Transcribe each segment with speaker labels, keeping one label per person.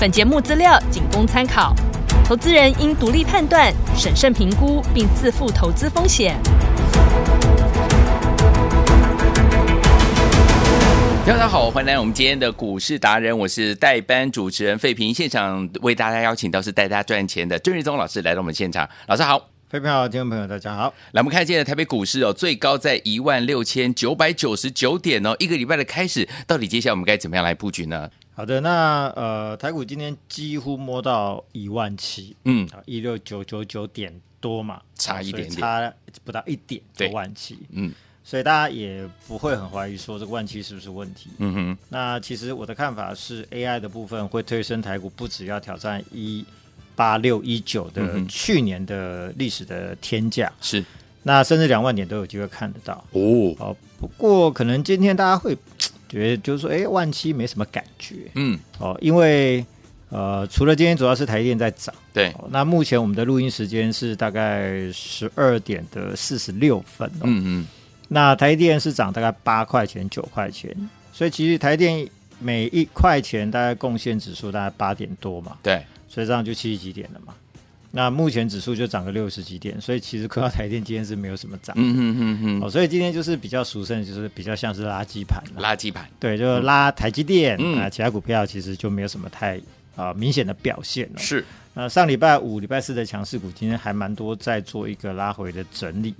Speaker 1: 本节目资料仅供参考，投资人应独立判断、审慎评估，并自负投资风险。
Speaker 2: 大家好，欢迎来到我们今天的股市达人，我是代班主持人费平，现场为大家邀请到是带大家赚钱的郑瑞宗老师来到我们现场，老师好。
Speaker 3: 飞朋好，听众朋友大家好。
Speaker 2: 来，我们看今天的台北股市哦，最高在一万六千九百九十九点哦，一个礼拜的开始，到底接下来我们该怎么样来布局呢？
Speaker 3: 好的，那呃，台股今天几乎摸到一万七，啊
Speaker 2: 嗯，
Speaker 3: 一六九九九点多嘛，哦
Speaker 2: 差一
Speaker 3: 所以
Speaker 2: 点点
Speaker 3: 差不到一点
Speaker 2: 对
Speaker 3: 多万七，
Speaker 2: 嗯
Speaker 3: 所以大家也不会很怀疑说这个万七是不是问题。
Speaker 2: 嗯哼，
Speaker 3: 那其实我的看法是，AI 的部分会推升台股，不只要挑战一八六一九
Speaker 2: 嗯
Speaker 3: 的
Speaker 2: 哼
Speaker 3: 去年的历史的天价，
Speaker 2: 是
Speaker 3: 那甚至两万点都有机会看得到。
Speaker 2: 哦，
Speaker 3: 哦，不过可能今天大家会觉得就是说，哎，万七没什么感觉
Speaker 2: 嗯，
Speaker 3: 哦，因为呃，除了今天主要是台积电在涨、
Speaker 2: 对，
Speaker 3: 哦，那目前我们的录音时间是大概十二点的四十六分哦，
Speaker 2: 嗯嗯，
Speaker 3: 那台积电是涨大概八块钱、九块钱，所以其实台积电每一块钱大概贡献指数大概八点多嘛，
Speaker 2: 对，
Speaker 3: 所以这样就七十几点了嘛。那目前指数就涨个六十几点，所以其实看到台积电今天是没有什么涨。
Speaker 2: 嗯嗯嗯
Speaker 3: 哦，所以今天就是比较俗称，就是比较像是垃圾盘
Speaker 2: 嗯，
Speaker 3: 啦。
Speaker 2: 垃圾盘，
Speaker 3: 对，就拉台积电、
Speaker 2: 嗯
Speaker 3: 啊，其他股票其实就没有什么太啊、明显的表现了、
Speaker 2: 是，
Speaker 3: 那、上礼拜五、礼拜四的强势股，今天还蛮多在做一个拉回的整理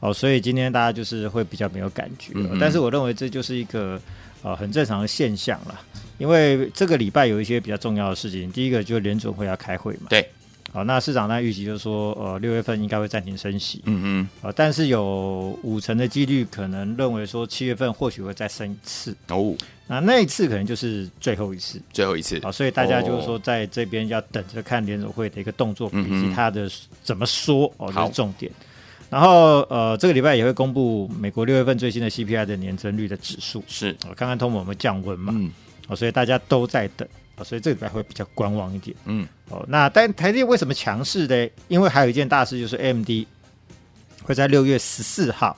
Speaker 3: 哦，所以今天大家就是会比较没有感觉了、
Speaker 2: 嗯哼
Speaker 3: 但是我认为这就是一个呃很正常的现象啦，因为这个礼拜有一些比较重要的事情，第一个就是联准会要开会嘛，
Speaker 2: 对，
Speaker 3: 好、那市场上预期就是说呃六月份应该会暂停升息，
Speaker 2: 嗯
Speaker 3: 呃，但是有五成的几率可能认为说七月份或许会再升一次，
Speaker 2: 嗯，哦，
Speaker 3: 那那一次可能就是最后一次
Speaker 2: 最后一次
Speaker 3: 啊、，所以大家就是说在这边要等着看联总会的一个动作
Speaker 2: 哦嗯
Speaker 3: 以
Speaker 2: 哼
Speaker 3: 及它的怎么说哦，这
Speaker 2: 好
Speaker 3: 是重点。然后呃，这个礼拜也会公布美国六月份最新的 CPI 的年增率的指数，
Speaker 2: 是，
Speaker 3: 我、看看通膨有没有降温嘛，
Speaker 2: 嗯
Speaker 3: 哦，所以大家都在等。哦所以这个礼拜会比较观望一点
Speaker 2: 嗯，
Speaker 3: 哦。那但台积电为什么强势的？因为还有一件大事就是 AMD 会在六月十四号、啊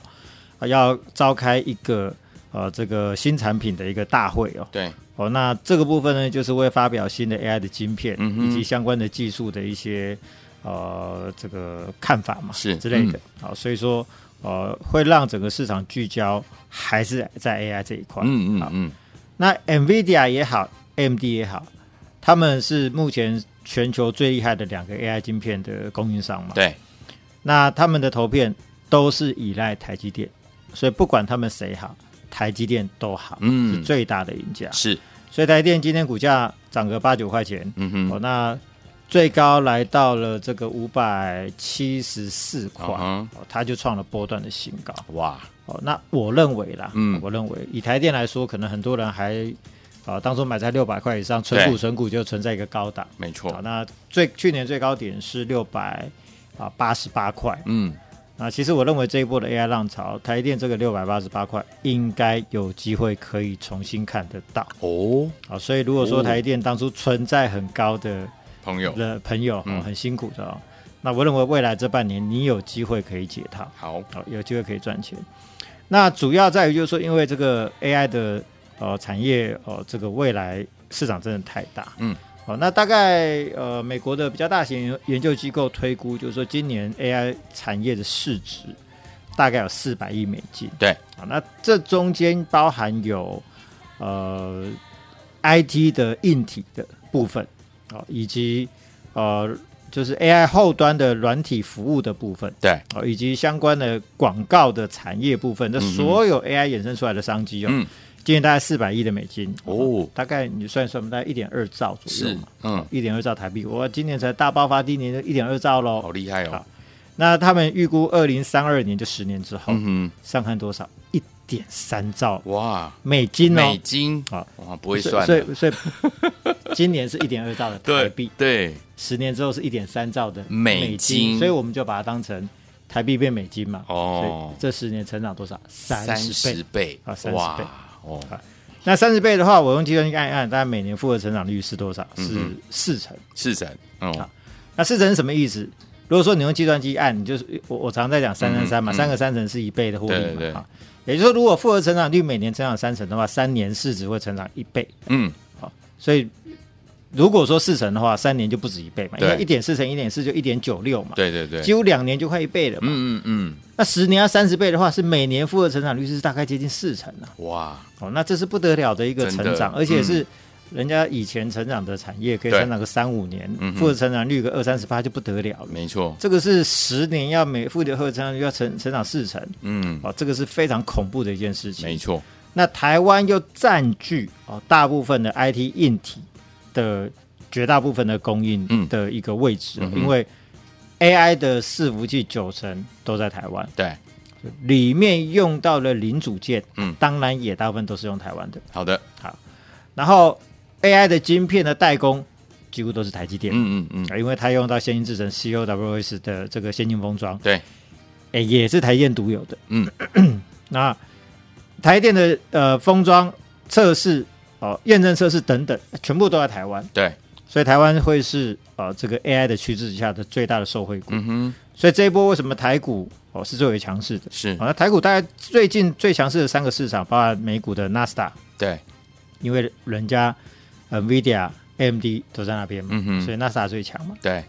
Speaker 3: 要召开一个呃这个新产品的一个大会哦。
Speaker 2: 对，
Speaker 3: 哦，那这个部分呢，就是会发表新的 AI 的晶片、
Speaker 2: 嗯哼
Speaker 3: 以及相关的技术的一些呃这个看法嘛，
Speaker 2: 是嗯
Speaker 3: 之类的。好、所以说呃会让整个市场聚焦还是在 AI 这一块。
Speaker 2: 嗯嗯
Speaker 3: 好
Speaker 2: 嗯，
Speaker 3: 那 NVIDIA 也好，AMD 也好，他们是目前全球最厉害的两个 AI 晶片的供应商嘛。
Speaker 2: 对，
Speaker 3: 那他们的投片都是依赖台积电，所以不管他们谁好，台积电都好，
Speaker 2: 嗯
Speaker 3: 是最大的赢家。
Speaker 2: 是，
Speaker 3: 所以台电今天股价涨个八九块钱，
Speaker 2: 嗯
Speaker 3: 哦，
Speaker 2: 哼，
Speaker 3: 那最高来到了这个五百七十四块，
Speaker 2: 嗯
Speaker 3: 哦，它就创了波段的新高。
Speaker 2: 哇，
Speaker 3: 哦，那我认为啦，哦
Speaker 2: 嗯
Speaker 3: 我认为以台电来说，可能很多人还啊、当初买在六百块以上，存股
Speaker 2: 对哦
Speaker 3: 存股就存在一个高档。
Speaker 2: 没
Speaker 3: 好，
Speaker 2: 错，
Speaker 3: 那最去年最高点是六百啊八十八块。
Speaker 2: 嗯，
Speaker 3: 啊，其实我认为这一波的 AI 浪潮，台电这个六百八十八块应该有机会可以重新看得到。
Speaker 2: 哦，
Speaker 3: 好，所以如果
Speaker 2: 哦
Speaker 3: 说台积电当初存在很高的
Speaker 2: 朋友，
Speaker 3: 的朋友、
Speaker 2: 嗯
Speaker 3: 哦、很辛苦的、哦，那我认为未来这半年你有机会可以解套，
Speaker 2: 好，
Speaker 3: 好、有机会可以赚钱。那主要在于就是说，因为这个 AI 的呃产业哦、这个未来市场真的太大，
Speaker 2: 嗯，
Speaker 3: 好、那大概呃美国的比较大型研究机构推估，就是说今年 AI 产业的市值大概有四百亿美金，
Speaker 2: 对，
Speaker 3: 啊，那这中间包含有呃 IT 的硬体的部分，哦，以及呃就是 AI 后端的软体服务的部分，
Speaker 2: 对，
Speaker 3: 哦，以及相关的广告的产业部分，这
Speaker 2: 嗯哼
Speaker 3: 所有 AI 衍生出来的商机哦，
Speaker 2: 嗯
Speaker 3: 今年大概四百亿的美金
Speaker 2: 哦
Speaker 3: 大概你算一算，大概一点二兆左右
Speaker 2: 是
Speaker 3: 嘛，，
Speaker 2: 嗯，
Speaker 3: 一点二兆台币，我今年才大爆发，第一年就一点二兆
Speaker 2: 好
Speaker 3: 喽。
Speaker 2: 厉害哦
Speaker 3: 好，那他们预估二零三二年就十年之后，
Speaker 2: 嗯哼，
Speaker 3: 上看多少？一点三兆
Speaker 2: 哇，
Speaker 3: 美金
Speaker 2: 美
Speaker 3: 哦，
Speaker 2: 金
Speaker 3: 啊
Speaker 2: 哇，不会
Speaker 3: 所
Speaker 2: 算
Speaker 3: 以所
Speaker 2: 的，
Speaker 3: 以所以 今年是一点二兆的台币
Speaker 2: 对，对，
Speaker 3: 十年之后是一点三兆的
Speaker 2: 美金
Speaker 3: 金，所以我们就把它当成台币变美金嘛。
Speaker 2: 哦
Speaker 3: 所以这十年成长多少？三十
Speaker 2: 十
Speaker 3: 倍。
Speaker 2: 倍
Speaker 3: 啊30倍
Speaker 2: 哦，
Speaker 3: 那三十倍的话，我用计算机按一按，大概每年复合成长率是多少？是
Speaker 2: 嗯
Speaker 3: 四成。
Speaker 2: 是神，嗯
Speaker 3: 好，那四成是什么意思？如果说你用计算机按，你就是我我常在讲三乘三
Speaker 2: 嗯
Speaker 3: 嘛，
Speaker 2: 嗯
Speaker 3: 三个三乘是一倍的获利
Speaker 2: 对对
Speaker 3: 嘛。啊也就是说，如果复合成长率每年成长三成的话，三年市值会成长一倍。
Speaker 2: 嗯，
Speaker 3: 所以如果说四成的话，三年就不止一倍嘛，因
Speaker 2: 对
Speaker 3: 为一点四乘一点四就一点九六嘛，
Speaker 2: 对对对，
Speaker 3: 几乎两年就快一倍了嘛。
Speaker 2: 嗯嗯嗯，
Speaker 3: 那十年要三十倍的话，是每年复合成长率是大概接近四成啊。
Speaker 2: 哇，
Speaker 3: 哦，那这是不得了的一个成
Speaker 2: 真的嗯
Speaker 3: 长，而且是人家以前成长的产业可以
Speaker 2: 对
Speaker 3: 成长个三五年
Speaker 2: 嗯，哼
Speaker 3: 复合成长率个二三十趴就不得了了。
Speaker 2: 没错，
Speaker 3: 这个是十年要每复合成长率要成成长四成，
Speaker 2: 嗯，
Speaker 3: 哦，这个是非常恐怖的一件事情。
Speaker 2: 没错，
Speaker 3: 那台湾又占据哦大部分的 IT 硬体的绝大部分的供
Speaker 2: 嗯
Speaker 3: 应的一个位置，
Speaker 2: 嗯哼
Speaker 3: 因为 AI 的伺服器九成都在台湾，
Speaker 2: 对，
Speaker 3: 里面用到的零组件，
Speaker 2: 嗯
Speaker 3: 当然也大部分都是用台湾的。
Speaker 2: 好的，
Speaker 3: 然后 AI 的晶片的代工几乎都是台积电，
Speaker 2: 嗯嗯嗯，
Speaker 3: 啊因为它用到先进制程 COWS 的这个先进封装，
Speaker 2: 对，
Speaker 3: 哎，也是台积电独有的。
Speaker 2: 嗯，
Speaker 3: 那台积电的呃封装测试、哦验证测试等等，全部都在台湾，
Speaker 2: 对，
Speaker 3: 所以台湾会是呃这个 AI 的趋势下的最大的受惠股。
Speaker 2: 嗯哼，
Speaker 3: 所以这一波为什么台股哦是最为强势的？
Speaker 2: 是
Speaker 3: 好、那台股大概最近最强势的三个市场，包含美股的纳斯达，
Speaker 2: 对，
Speaker 3: 因为人家呃 NVIDIA、AMD 都在那边嘛，
Speaker 2: 嗯哼
Speaker 3: 所以纳斯达最强嘛。
Speaker 2: 对，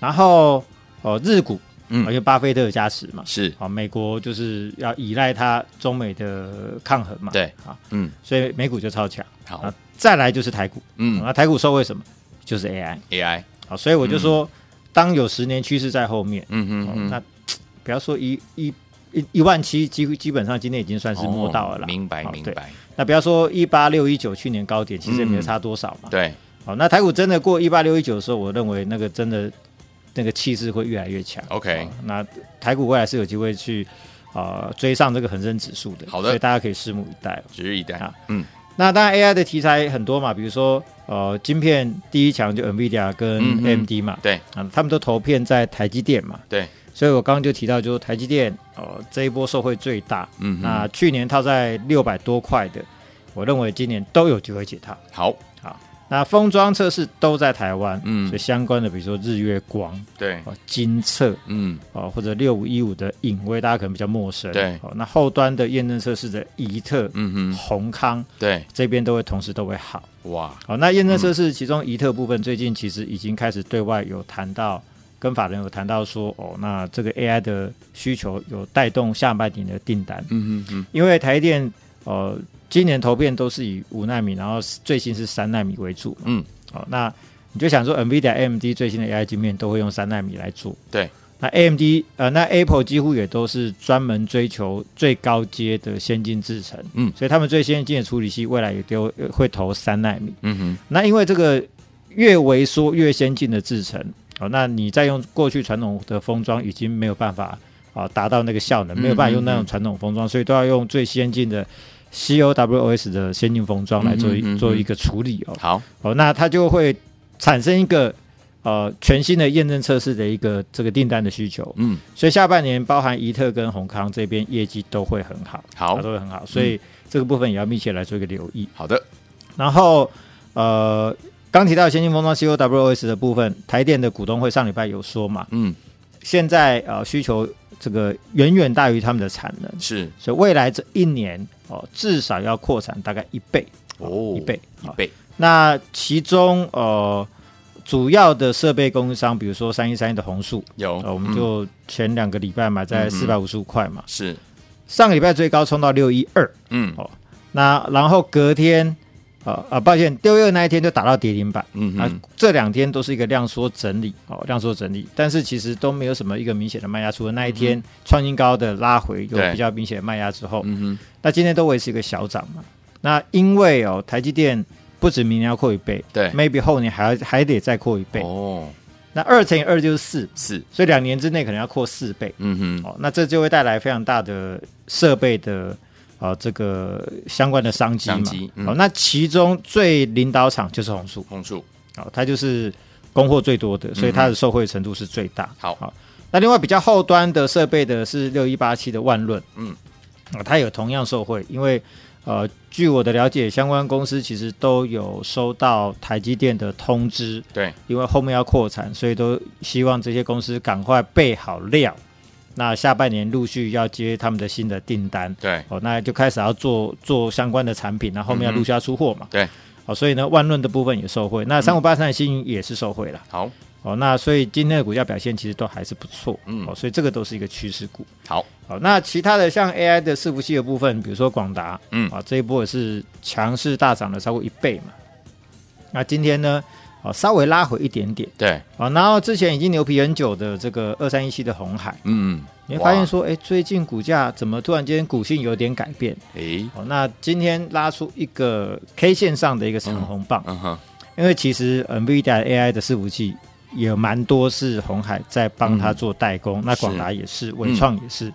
Speaker 3: 然后哦日股，
Speaker 2: 嗯
Speaker 3: 哦因为巴菲特有加持嘛，
Speaker 2: 是，
Speaker 3: 啊，美国就是要依赖它中美的抗衡嘛，
Speaker 2: 对，
Speaker 3: 啊，
Speaker 2: 嗯，
Speaker 3: 所以美股就超强。
Speaker 2: 好
Speaker 3: 啊，，再来就是台股，哦
Speaker 2: 嗯
Speaker 3: 那、台股受为什么？就是 AI。
Speaker 2: ，AI，
Speaker 3: 啊，所以我就说，当有十年趋势在后面，
Speaker 2: 嗯哼
Speaker 3: 哦
Speaker 2: 嗯，
Speaker 3: 那不要说一一一一万七，几乎基本上今天已经算是摸到了
Speaker 2: 哦
Speaker 3: 啦。
Speaker 2: 明白
Speaker 3: 好
Speaker 2: 明
Speaker 3: 对
Speaker 2: 白，
Speaker 3: 那不要说一八六一九去年高点，其实也没有差多少嘛。
Speaker 2: 对，
Speaker 3: 好、那台股真的过一八六一九的时候，我认为那个真的那个气势会越来越强。
Speaker 2: OK
Speaker 3: 好那台股未来是有机会去呃追上这个恒生指数的。
Speaker 2: 好的
Speaker 3: 所以大家可以拭目以待哦。
Speaker 2: 指日以待
Speaker 3: 啊，
Speaker 2: 嗯，
Speaker 3: 那当然 AI 的题材很多嘛，比如说呃，晶片第一强就 NVIDIA
Speaker 2: 嗯
Speaker 3: 跟
Speaker 2: 哼
Speaker 3: AMD 嘛，
Speaker 2: 对
Speaker 3: 啊，他们都投片在台积电嘛，
Speaker 2: 对，
Speaker 3: 所以我刚刚就提到，就是台积电呃这一波受惠最大，
Speaker 2: 嗯
Speaker 3: 那
Speaker 2: 哼，
Speaker 3: 去年套在六百多块的，我认为今年都有机会解套。
Speaker 2: 好，
Speaker 3: 那封装测试都在台湾，
Speaker 2: 嗯
Speaker 3: 所以相关的比如说日月光
Speaker 2: 对，
Speaker 3: 哦、金测
Speaker 2: 嗯，
Speaker 3: 哦，或者六五一五的影威，大家可能比较陌生，
Speaker 2: 对
Speaker 3: 哦，那后端的验证测试的怡特、
Speaker 2: 嗯哼，
Speaker 3: 宏康
Speaker 2: 对，
Speaker 3: 这边都会同时都会好。
Speaker 2: 哇，
Speaker 3: 好，那验证测试其中一特部分，最近其实已经开始对外有谈到，跟法人有谈到说，哦，那这个 AI 的需求有带动下半年的订单，
Speaker 2: 嗯哼嗯，
Speaker 3: 因为台电呃今年投片都是以五纳米，然后最新是三纳米为主嘛，
Speaker 2: 嗯，
Speaker 3: 哦，那你就想说，NVIDIA、AMD 最新的 AI 晶片都会用三纳米来做，
Speaker 2: 对。
Speaker 3: 那 AMD 呃，那 Apple 几乎也都是专门追求最高阶的先进制程，
Speaker 2: 嗯
Speaker 3: 所以他们最先进的处理器未来也都呃会投三纳米，
Speaker 2: 嗯哼，
Speaker 3: 那因为这个越萎缩越先进的制程，哦，那你再用过去传统的封装已经没有办法啊达到那个效能，
Speaker 2: 嗯
Speaker 3: 没有办法用
Speaker 2: 嗯
Speaker 3: 那
Speaker 2: 嗯
Speaker 3: 种传统封装，所以都要用最先进的 COWS 的先进封装来做
Speaker 2: 嗯嗯嗯嗯
Speaker 3: 一做一个处理哦。
Speaker 2: 好，
Speaker 3: 哦，那它就会产生一个呃全新的验证测试的一个这个订单的需求，
Speaker 2: 嗯，
Speaker 3: 所以下半年包含怡特跟宏康这边业绩都会很好，
Speaker 2: 好嗯
Speaker 3: 啊都会很好，所以这个部分也要密切来做一个留意。
Speaker 2: 好的，
Speaker 3: 然后呃，刚提到先进封装 COWS 的部分，台电的股东会上礼拜有说嘛，
Speaker 2: 嗯，
Speaker 3: 现在呃需求这个远远大于他们的产能，
Speaker 2: 是
Speaker 3: 所以未来这一年哦、至少要扩产大概一倍
Speaker 2: 哦
Speaker 3: 一倍
Speaker 2: 一
Speaker 3: 好
Speaker 2: 倍，
Speaker 3: 那其中呃主要的设备供应商，比如说三一三一的红树，
Speaker 2: 有，
Speaker 3: 呃，我
Speaker 2: 嗯
Speaker 3: 们就前两个礼拜买在
Speaker 2: 嗯
Speaker 3: 四百五十五块嘛，
Speaker 2: 是，
Speaker 3: 上个礼拜最高冲到六一二，
Speaker 2: 嗯
Speaker 3: 哦那然后隔天。呃啊，抱歉，六月那一天就打到跌停板，
Speaker 2: 嗯
Speaker 3: 啊
Speaker 2: 哼，，
Speaker 3: 这两天都是一个量缩整理，哦，量缩整理，但是其实都没有什么一个明显的卖压，除了那一天创新高的拉回
Speaker 2: 嗯
Speaker 3: 有
Speaker 2: 对
Speaker 3: 比较明显的卖压之后，
Speaker 2: 嗯哼，
Speaker 3: 那今天都维持一个小涨嘛。那因为哦，台积电不止明年要扩一倍
Speaker 2: 对，
Speaker 3: ，maybe 后年还要还得再扩一倍，
Speaker 2: 哦，
Speaker 3: 那二乘以二就是四，
Speaker 2: 是，
Speaker 3: 所以两年之内可能要扩四倍，
Speaker 2: 嗯哼，
Speaker 3: 哦，那这就会带来非常大的设备的啊、这个相关的商机嘛。
Speaker 2: 商机嗯
Speaker 3: 好，那其中最领导厂就是红树，
Speaker 2: 红树
Speaker 3: 哦，它就是供货最
Speaker 2: 嗯
Speaker 3: 多的，所以它的受惠程度是最大。
Speaker 2: 好
Speaker 3: 那另外比较后端的设备的是六一八七的万润，
Speaker 2: 嗯
Speaker 3: 啊、它有同样受惠，因为呃，据我的了解，相关公司其实都有收到台积电的通知，
Speaker 2: 对，
Speaker 3: 因为后面要扩产，所以都希望这些公司赶快备好料。那下半年陆续要接他们的新的订单，
Speaker 2: 对，
Speaker 3: 哦，那就开始要做做相关的产品，然后后面要陆续要出货嘛、
Speaker 2: 嗯对，
Speaker 3: 哦，所以呢，万润的部分也受惠，那三五八三的新也是受惠了。
Speaker 2: 好，
Speaker 3: 哦，那所以今天的股价表现其实都还是不错，
Speaker 2: 嗯
Speaker 3: 哦，所以这个都是一个趋势股。
Speaker 2: 好，
Speaker 3: 好、那其他的像 AI 的伺服器的部分，比如说广达，
Speaker 2: 嗯
Speaker 3: 啊、这一波也是强势大涨了超过一倍嘛。那今天呢，哦，稍微拉回一点点，
Speaker 2: 对，
Speaker 3: 啊、然后之前已经牛皮很久的这个二三一七的红海，
Speaker 2: 嗯，
Speaker 3: 你会发现说，哎，最近股价怎么突然间股性有点改变？
Speaker 2: 诶，
Speaker 3: 哦，那今天拉出一个 K 线上的一个长红棒，
Speaker 2: 嗯哼，
Speaker 3: 因为其实 NVIDIA AI 的伺服器也蛮多是红海在帮他做代
Speaker 2: 嗯
Speaker 3: 工，那广达也是，伟创也是。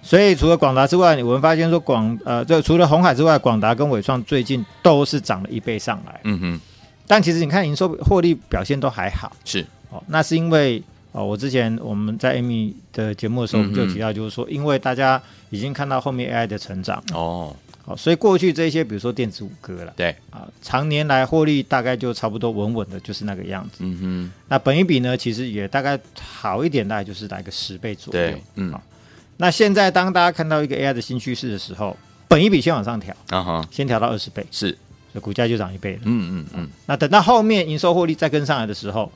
Speaker 3: 所以除了广达之外，我们发现说广呃，这除了红海之外，广达跟伟创最近都是涨了一倍上来。
Speaker 2: 嗯哼，
Speaker 3: 但其实你看营收获利表现都还好
Speaker 2: 是，
Speaker 3: 哦，那是因为哦，我之前我们在 Amy 的节目的时候，
Speaker 2: 嗯
Speaker 3: 我
Speaker 2: 哼
Speaker 3: 们就提到，就是说，因为大家已经看到后面 AI 的成长，
Speaker 2: 哦，
Speaker 3: 哦，所以过去这些比如说电子五哥了，
Speaker 2: 对，
Speaker 3: 啊，常年来获利大概就差不多稳稳的，就是那个样子。
Speaker 2: 嗯
Speaker 3: 那本一比呢，其实也大概好一点，大概就是来个十倍
Speaker 2: 哼，
Speaker 3: 左右
Speaker 2: 对。，嗯，
Speaker 3: 好那现在当大家看到一个 AI 的新趋势的时候，本一比先往上调，
Speaker 2: 啊哈，
Speaker 3: 先调到二十倍，
Speaker 2: 是，
Speaker 3: 所以股价就涨一倍了。
Speaker 2: 嗯嗯嗯，
Speaker 3: 那等到后面营收获利再跟上来的时候，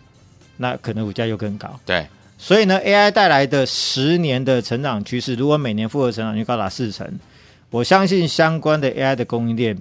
Speaker 3: 那可能股价又更高。
Speaker 2: 对，
Speaker 3: 所以呢，AI 带来的十年的成长趋势，如果每年复合成长率高达四成，我相信相关的 AI 的供应链，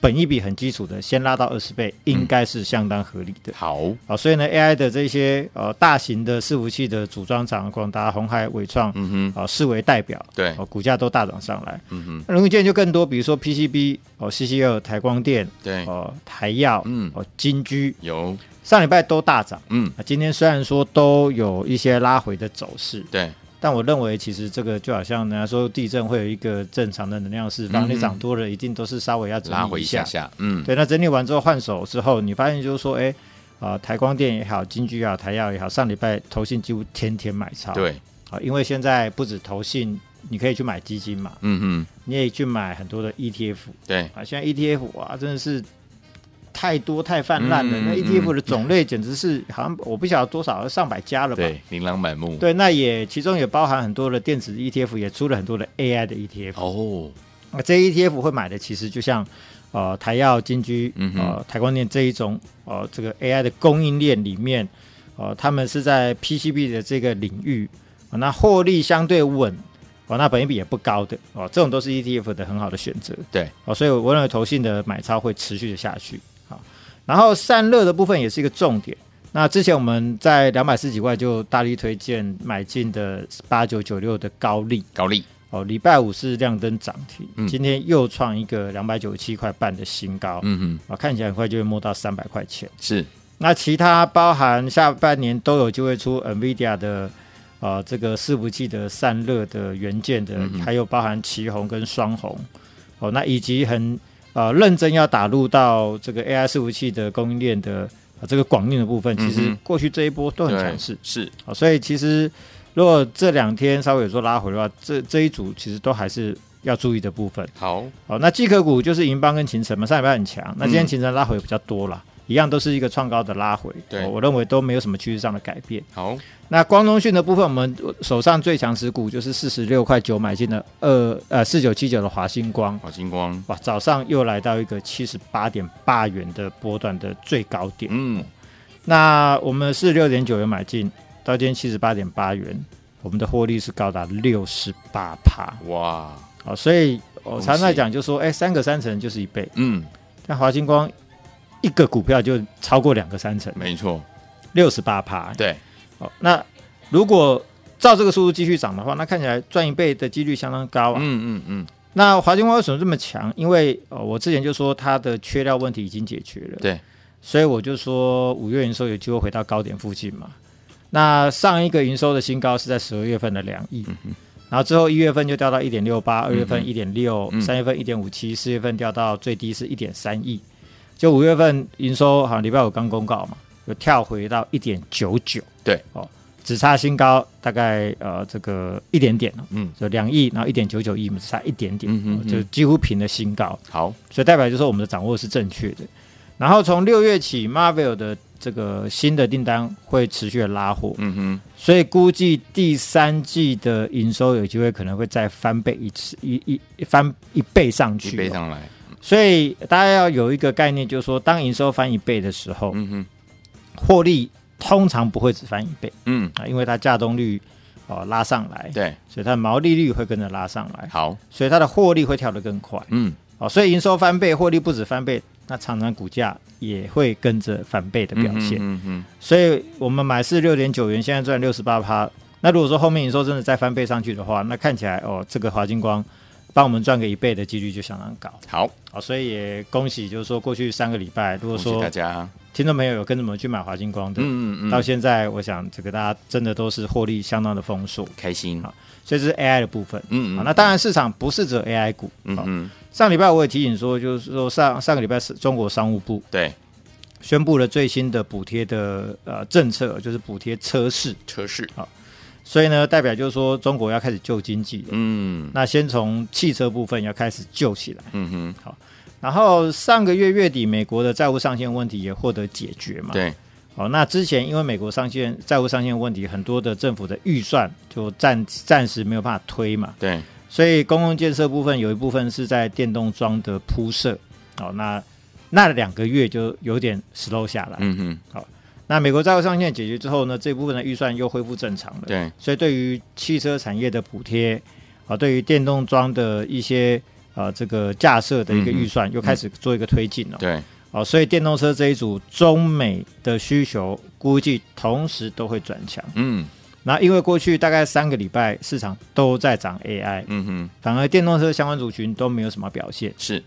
Speaker 3: 本一比很基础的，先拉到二十倍，
Speaker 2: 嗯
Speaker 3: 应该是相当合理的。
Speaker 2: 好，
Speaker 3: 好、所以呢，AI 的这些呃大型的伺服器的组装厂，广达、红海、伟创，啊、
Speaker 2: 嗯哼，
Speaker 3: 视为代表，
Speaker 2: 对
Speaker 3: 哦，股价都大涨上来。
Speaker 2: 嗯哼，
Speaker 3: 那零部件就更多，比如说 PCB，哦，CCL、台光电，
Speaker 2: 对，
Speaker 3: 哦，台药，
Speaker 2: 嗯
Speaker 3: 哦，金居，
Speaker 2: 有，
Speaker 3: 上礼拜都大涨。
Speaker 2: 嗯，
Speaker 3: 啊，今天虽然说都有一些拉回的走势，
Speaker 2: 对，
Speaker 3: 但我认为其实这个就好像人家说地震会有一个正常的能量释放，
Speaker 2: 嗯
Speaker 3: 你涨多了一定都是稍微要整理
Speaker 2: 拉回一下下，嗯，
Speaker 3: 对，那整理完之后换手之后，你发现就是说，哎、啊、台光电也好，金居也好，台药也好，上礼拜投信几乎天天买超，
Speaker 2: 对，
Speaker 3: 啊，因为现在不止投信，你可以去买基金嘛，
Speaker 2: 嗯哼，
Speaker 3: 你也去买很多的 ETF
Speaker 2: 对，
Speaker 3: 啊，现在 ETF 啊真的是太多太泛滥了，
Speaker 2: 嗯
Speaker 3: 那
Speaker 2: 嗯
Speaker 3: ETF 的种类简直是好像我不晓得多少上百家了吧，
Speaker 2: 对，琳琅满目，，
Speaker 3: 对，那也其中也包含很多的电子 ETF，也出了很多的 AI 的 E ETF。
Speaker 2: 哦，
Speaker 3: 那这些 ETF 会买的，其实就像呃台药、金居、
Speaker 2: 嗯哼
Speaker 3: 呃台光电这一种呃这个 AI 的供应链里面，呃他们是在 PCB 的这个领域，呃那获利相对稳。哦，那本益比也不高的哦，这种都是 ETF 的很好的选择。
Speaker 2: 对，
Speaker 3: 哦，所以我认为投信的买超会持续的下去。好，然后散热的部分也是一个重点。那之前我们在两百四几块就大力推荐买进的八九九六的高利
Speaker 2: 高丽，
Speaker 3: 哦，礼拜五是亮灯涨停，
Speaker 2: 嗯
Speaker 3: 今天又创一个两百九十七块半的新高，啊、
Speaker 2: 嗯哼，
Speaker 3: 看起来很快就会摸到三百块钱。
Speaker 2: 是，
Speaker 3: 那其他包含下半年都有机会出 NVIDIA 的呃这个伺服器的散热的元件的，
Speaker 2: 嗯哼
Speaker 3: 还有包含旗红跟双红哦，那以及很呃认真要打入到这个 AI 伺服器的供应链的、呃这个广运的部分，其
Speaker 2: 嗯
Speaker 3: 实
Speaker 2: 哼
Speaker 3: 过去这一波都很
Speaker 2: 对
Speaker 3: 强势，
Speaker 2: 是，
Speaker 3: 哦，所以其实如果这两天稍微有做拉回的话，这这一组其实都还是要注意的部分。
Speaker 2: 好，
Speaker 3: 哦，那绩可股就是银邦跟秦城嘛，上礼拜很强，那今天
Speaker 2: 嗯
Speaker 3: 秦城拉回比较多啦，一样都是一个创高的拉回。
Speaker 2: 对
Speaker 3: 哦我认为都没有什么趋势上的改变。
Speaker 2: 好，
Speaker 3: 那光通讯的部分，我们手上最强持股就是四十六块九买进的二呃四九七九的华星光，
Speaker 2: 好，星光，
Speaker 3: 哇，早上又来到一个七十八点八元的波段的最高点。
Speaker 2: 嗯，
Speaker 3: 那我们四六点九元买进，到今天七十八点八元，我们的获利是高达六十八趴。
Speaker 2: 哇，
Speaker 3: 好，所以
Speaker 2: 恭
Speaker 3: 我
Speaker 2: 喜
Speaker 3: 常常讲，就说，哎，三个三成就是一倍，
Speaker 2: 嗯，
Speaker 3: 但华星光一个股票就超过两个三成，
Speaker 2: 没错，
Speaker 3: 六十八趴。
Speaker 2: 对，
Speaker 3: 好，那如果照这个速度继续涨的话，那看起来赚一倍的几率相当高啊。
Speaker 2: 嗯嗯嗯，
Speaker 3: 那华星光为什么这么强？因为呃，我之前就说它的缺料问题已经解决了，
Speaker 2: 对，
Speaker 3: 所以我就说五月营收有机会回到高点附近嘛。那上一个营收的新高是在十二月份的两亿，然后之后一月份就掉到一点六八，二月份
Speaker 2: 嗯
Speaker 3: 一点六
Speaker 2: 嗯，
Speaker 3: 三月份一点五七，四月份掉到最低是一点三亿，就五月份营收好像礼拜五刚公告嘛，有跳回到一点九九，
Speaker 2: 对，
Speaker 3: 哦，只差新高大概呃这个一点点哦，
Speaker 2: 嗯，
Speaker 3: 就两亿，然后一点九九亿，我们只差一点点，
Speaker 2: 嗯哼
Speaker 3: 哦
Speaker 2: 嗯
Speaker 3: 就几乎平了新高，
Speaker 2: 好，
Speaker 3: 所以代表就是我们的掌握是正确的。然后从六月起，Marvel 的这个新的订单会持续的拉货，
Speaker 2: 嗯哼，
Speaker 3: 所以估计第三季的营收有机会可能会再翻倍一次，一一一翻一倍上去、哦
Speaker 2: 一杯。上来，
Speaker 3: 所以大家要有一个概念，就是说，当营收翻一倍的时候，
Speaker 2: 嗯哼，
Speaker 3: 获利通常不会只翻一倍
Speaker 2: 嗯，
Speaker 3: 啊，因为它价动率哦拉上来，
Speaker 2: 对，
Speaker 3: 所以它的毛利率会跟着拉上来，
Speaker 2: 好，
Speaker 3: 所以它的获利会跳得更快。
Speaker 2: 嗯
Speaker 3: 哦，所以营收翻倍，获利不止翻倍，那厂商股价也会跟着翻倍的表现。
Speaker 2: 嗯哼，
Speaker 3: 所以我们买是六点九元，现在赚六十八趴。那如果说后面营收真的再翻倍上去的话，那看起来哦，这个华金光帮我们赚个一倍的几率就相当高。
Speaker 2: 好，
Speaker 3: 好、所以也恭喜，就是说过去三个礼拜，如果
Speaker 2: 恭喜
Speaker 3: 说
Speaker 2: 大家，
Speaker 3: 听众朋友有跟着我们去买华金光的，
Speaker 2: 嗯嗯
Speaker 3: 到
Speaker 2: 嗯，
Speaker 3: 现在我想这个大家真的都是获利相当的丰硕。
Speaker 2: 开心，
Speaker 3: 好所以这是 AI 的部分。
Speaker 2: 嗯嗯，
Speaker 3: 好，那当然市场不是只有 AI 股。哦
Speaker 2: 嗯
Speaker 3: 好
Speaker 2: 嗯，
Speaker 3: 上礼拜我也提醒说，就是说上上个礼拜是中国商务部
Speaker 2: 对，
Speaker 3: 宣布了最新的补贴的呃政策，就是补贴车市，
Speaker 2: 车市，
Speaker 3: 所以呢，代表就是说中国要开始救经济了。
Speaker 2: 嗯
Speaker 3: 那先从汽车部分要开始救起来，
Speaker 2: 嗯哼，
Speaker 3: 然后上个月月底，美国的债务上限问题也获得解决嘛？。
Speaker 2: 对，
Speaker 3: 哦，那之前因为美国上限债务上限问题，很多的政府的预算就暂暂时没有办法推嘛。
Speaker 2: 对，
Speaker 3: 所以公共建设部分有一部分是在电动桩的铺设，哦，那那两个月就有点 slow 下来。
Speaker 2: 嗯哼，
Speaker 3: 那美国债务上限解决之后呢，这部分的预算又恢复正常了。
Speaker 2: 对，
Speaker 3: 所以对于汽车产业的补贴，啊、对于电动桩的一些呃这个架设的一个预算，又开始做一个推进了、
Speaker 2: 嗯对，
Speaker 3: 哦、所以电动车这一组中美的需求估计同时都会转强。
Speaker 2: 嗯
Speaker 3: 那因为过去大概三个礼拜市场都在涨 AI，
Speaker 2: 嗯哼，
Speaker 3: 反而电动车相关族群都没有什么表现。
Speaker 2: 是，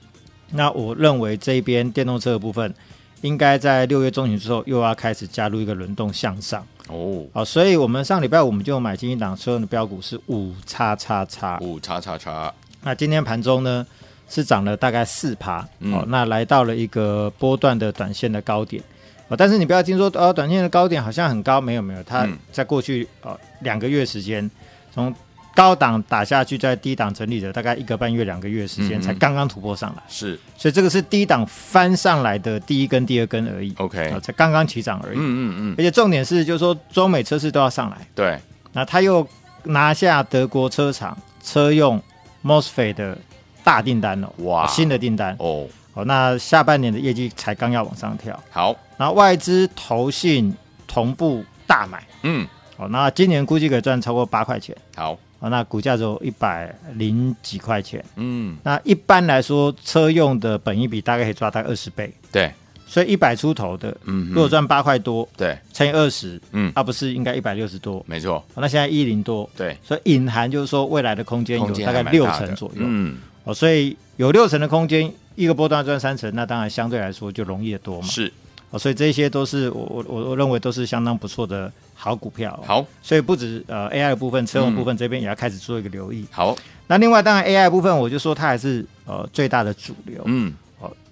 Speaker 3: 那我认为这边电动车的部分，应该在六月中旬之后又要开始加入一个轮动向上。
Speaker 2: 哦，
Speaker 3: 好，所以我们上礼拜我们就买进一档车用的标股是五叉叉叉，
Speaker 2: 五叉叉叉，
Speaker 3: 那今天盘中呢是涨了大概四趴，
Speaker 2: 嗯
Speaker 3: 哦，那来到了一个波段的短线的高点。哦，但是你不要听说哦，短线的高点好像很高，没有没有，它
Speaker 2: 嗯
Speaker 3: 在过去哦两个月时间，从高档打下去，在低档整理了大概一个半月、两个月时
Speaker 2: 嗯
Speaker 3: 间，
Speaker 2: 嗯
Speaker 3: 才刚刚突破上来，
Speaker 2: 是
Speaker 3: 所以这个是低档翻上来的第一根、第二根而已，
Speaker 2: ，OK，
Speaker 3: 哦，才刚刚起涨而已。
Speaker 2: 嗯嗯嗯，
Speaker 3: 而且重点是，就是说中美车市都要上来，
Speaker 2: 对，
Speaker 3: 那他又拿下德国车厂车用 MOSFET 的大订单哦，
Speaker 2: 哇
Speaker 3: 新的订单
Speaker 2: 哦，
Speaker 3: 哦，那下半年的业绩才刚要往上跳，
Speaker 2: 好，
Speaker 3: 然后外资投信同步大买
Speaker 2: 嗯，
Speaker 3: 哦，那今年估计可以赚超过八块钱
Speaker 2: 好，
Speaker 3: 哦，那股价只有一百零几块钱，
Speaker 2: 嗯，
Speaker 3: 那一般来说车用的本益比大概可以抓到二十倍，
Speaker 2: 对，
Speaker 3: 所以一百出头的，
Speaker 2: 嗯哼
Speaker 3: 如果赚八块多
Speaker 2: 对，
Speaker 3: 乘以二十，
Speaker 2: 嗯，
Speaker 3: 那不是应该一百六十多？
Speaker 2: 没错，
Speaker 3: 哦那现在一零多，
Speaker 2: 对，
Speaker 3: 所以隐含就是说未来的空间有
Speaker 2: 空间
Speaker 3: 大概
Speaker 2: 还蛮
Speaker 3: 六
Speaker 2: 大的
Speaker 3: 成左右，
Speaker 2: 嗯，
Speaker 3: 哦，所以有六成的空间，一个波段赚三成，那当然相对来说就容易的多嘛，
Speaker 2: 是，
Speaker 3: 哦，所以这些都是我我我我认为都是相当不错的好股票、哦，，
Speaker 2: 好，
Speaker 3: 所以不止呃 AI 的部分，车用
Speaker 2: 嗯
Speaker 3: 部分这边也要开始做一个留意，
Speaker 2: 好，
Speaker 3: 那另外当然 AI 的部分，我就说它还是呃最大的主流，
Speaker 2: 嗯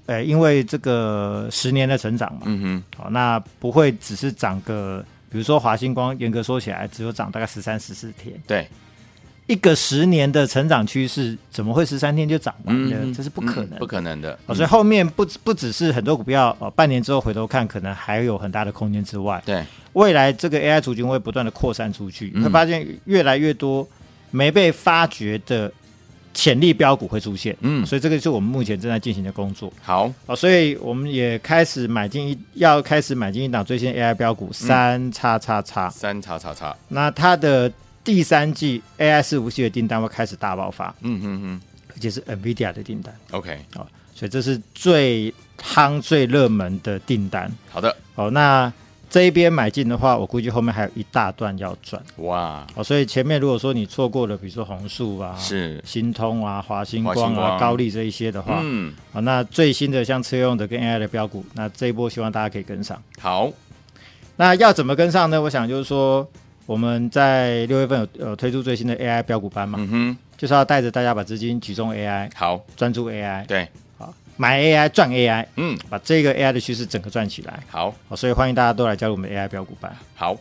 Speaker 3: 呃，因为这个十年的成长嘛，
Speaker 2: 嗯哼，
Speaker 3: 好、那不会只是涨个。比如说华星光，严格说起来只有涨大概十三、十四天，
Speaker 2: 对，
Speaker 3: 一个十年的成长趋势，怎么会十三天就涨完呢？
Speaker 2: 嗯，
Speaker 3: 这是不可能的、
Speaker 2: 嗯不可能的，
Speaker 3: 哦所以后面不不只是很多股票哦，半年之后回头看，可能还有很大的空间之外，
Speaker 2: 对，
Speaker 3: 未来这个 AI 族群会不断的扩散出去，
Speaker 2: 嗯
Speaker 3: 会发现越来越多没被发掘的潜力标股会出现。
Speaker 2: 嗯，
Speaker 3: 所以这个是我们目前正在进行的工作
Speaker 2: 好，
Speaker 3: 哦，所以我们也开始买进一要开始买进一档最新 AI 标
Speaker 2: 嗯
Speaker 3: 股三叉叉叉，
Speaker 2: 三叉叉叉，
Speaker 3: 那它的第三季 AI 伺服器的订单会开始大爆发，
Speaker 2: 嗯哼哼
Speaker 3: 而且是 NVIDIA 的订单
Speaker 2: ，OK，
Speaker 3: 哦，所以这是最夯、最热门的订单
Speaker 2: 好的，
Speaker 3: 哦。那这一边买进的话，我估计后面还有一大段要赚
Speaker 2: 哇，
Speaker 3: 哦。所以前面如果说你错过了，比如说红树啊、
Speaker 2: 是，
Speaker 3: 新通啊、华星
Speaker 2: 华
Speaker 3: 光
Speaker 2: 星
Speaker 3: 啊、
Speaker 2: 光
Speaker 3: 高丽这一些的话，
Speaker 2: 嗯，
Speaker 3: 哦，那最新的像车用的跟 AI 的标股，那这一波希望大家可以跟上。
Speaker 2: 好，
Speaker 3: 那要怎么跟上呢？我想就是说，我们在六月份有呃推出最新的 AI 标股班嘛，
Speaker 2: 嗯哼，
Speaker 3: 就是要带着大家把资金集中 AI，
Speaker 2: 好，
Speaker 3: 专注 AI，
Speaker 2: 对，
Speaker 3: 买 AI 赚 AI，
Speaker 2: 嗯，
Speaker 3: 把这个 AI 的趋势整个赚起来。
Speaker 2: 好，
Speaker 3: 好，所以欢迎大家都来加入我们的 AI 标股班。
Speaker 2: 好，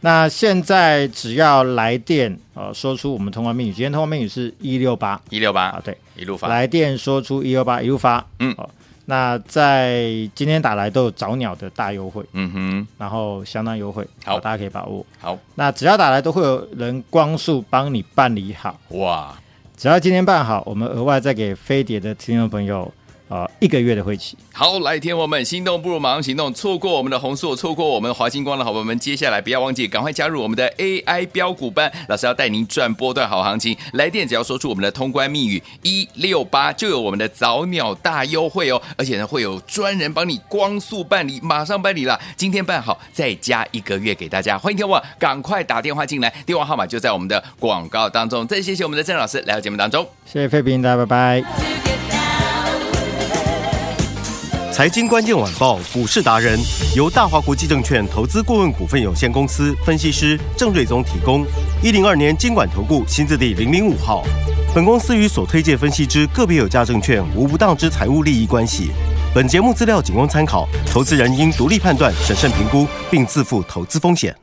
Speaker 3: 那现在只要来电呃说出我们通关密语，今天通关密语是一六八
Speaker 2: 一六
Speaker 3: 啊，
Speaker 2: 八
Speaker 3: 对，
Speaker 2: 一路发，
Speaker 3: 来电说出一六八一路发，
Speaker 2: 嗯
Speaker 3: 好、那在今天打来都有早鸟的大优惠，
Speaker 2: 嗯哼，
Speaker 3: 然后相当优惠，哦
Speaker 2: 好
Speaker 3: 大家可以把握。
Speaker 2: 好，
Speaker 3: 那只要打来都会有人光速帮你办理好，
Speaker 2: 哇，
Speaker 3: 只要今天办好，我们额外再给飞碟的听众朋友呃一个月的会期。
Speaker 2: 好，来天我们心动不如马上行动，错过我们的红硕，错过我们华星光的好朋友们，接下来不要忘记赶快加入我们的 AI 标股班，老师要带您赚波段好行情。来电只要说出我们的通关密语一六八，就有我们的早鸟大优惠哦，而且呢会有专人帮你光速办理，马上办理啦。今天办好再加一个月给大家，欢迎天我赶快打电话进来，电话号码就在我们的广告当中。再谢谢我们的郑老师来到节目当中。
Speaker 3: 谢谢费平，大家拜拜。
Speaker 4: 财经关键晚报股市达人由大华国际证券投资顾问股份有限公司分析师郑瑞宗提供。一零二年经管投顾新字第零零五号。本公司与所推介分析之个别有价证券无不当之财务利益关系。本节目资料仅供参考，投资人应独立判断、审慎评估，并自负投资风险。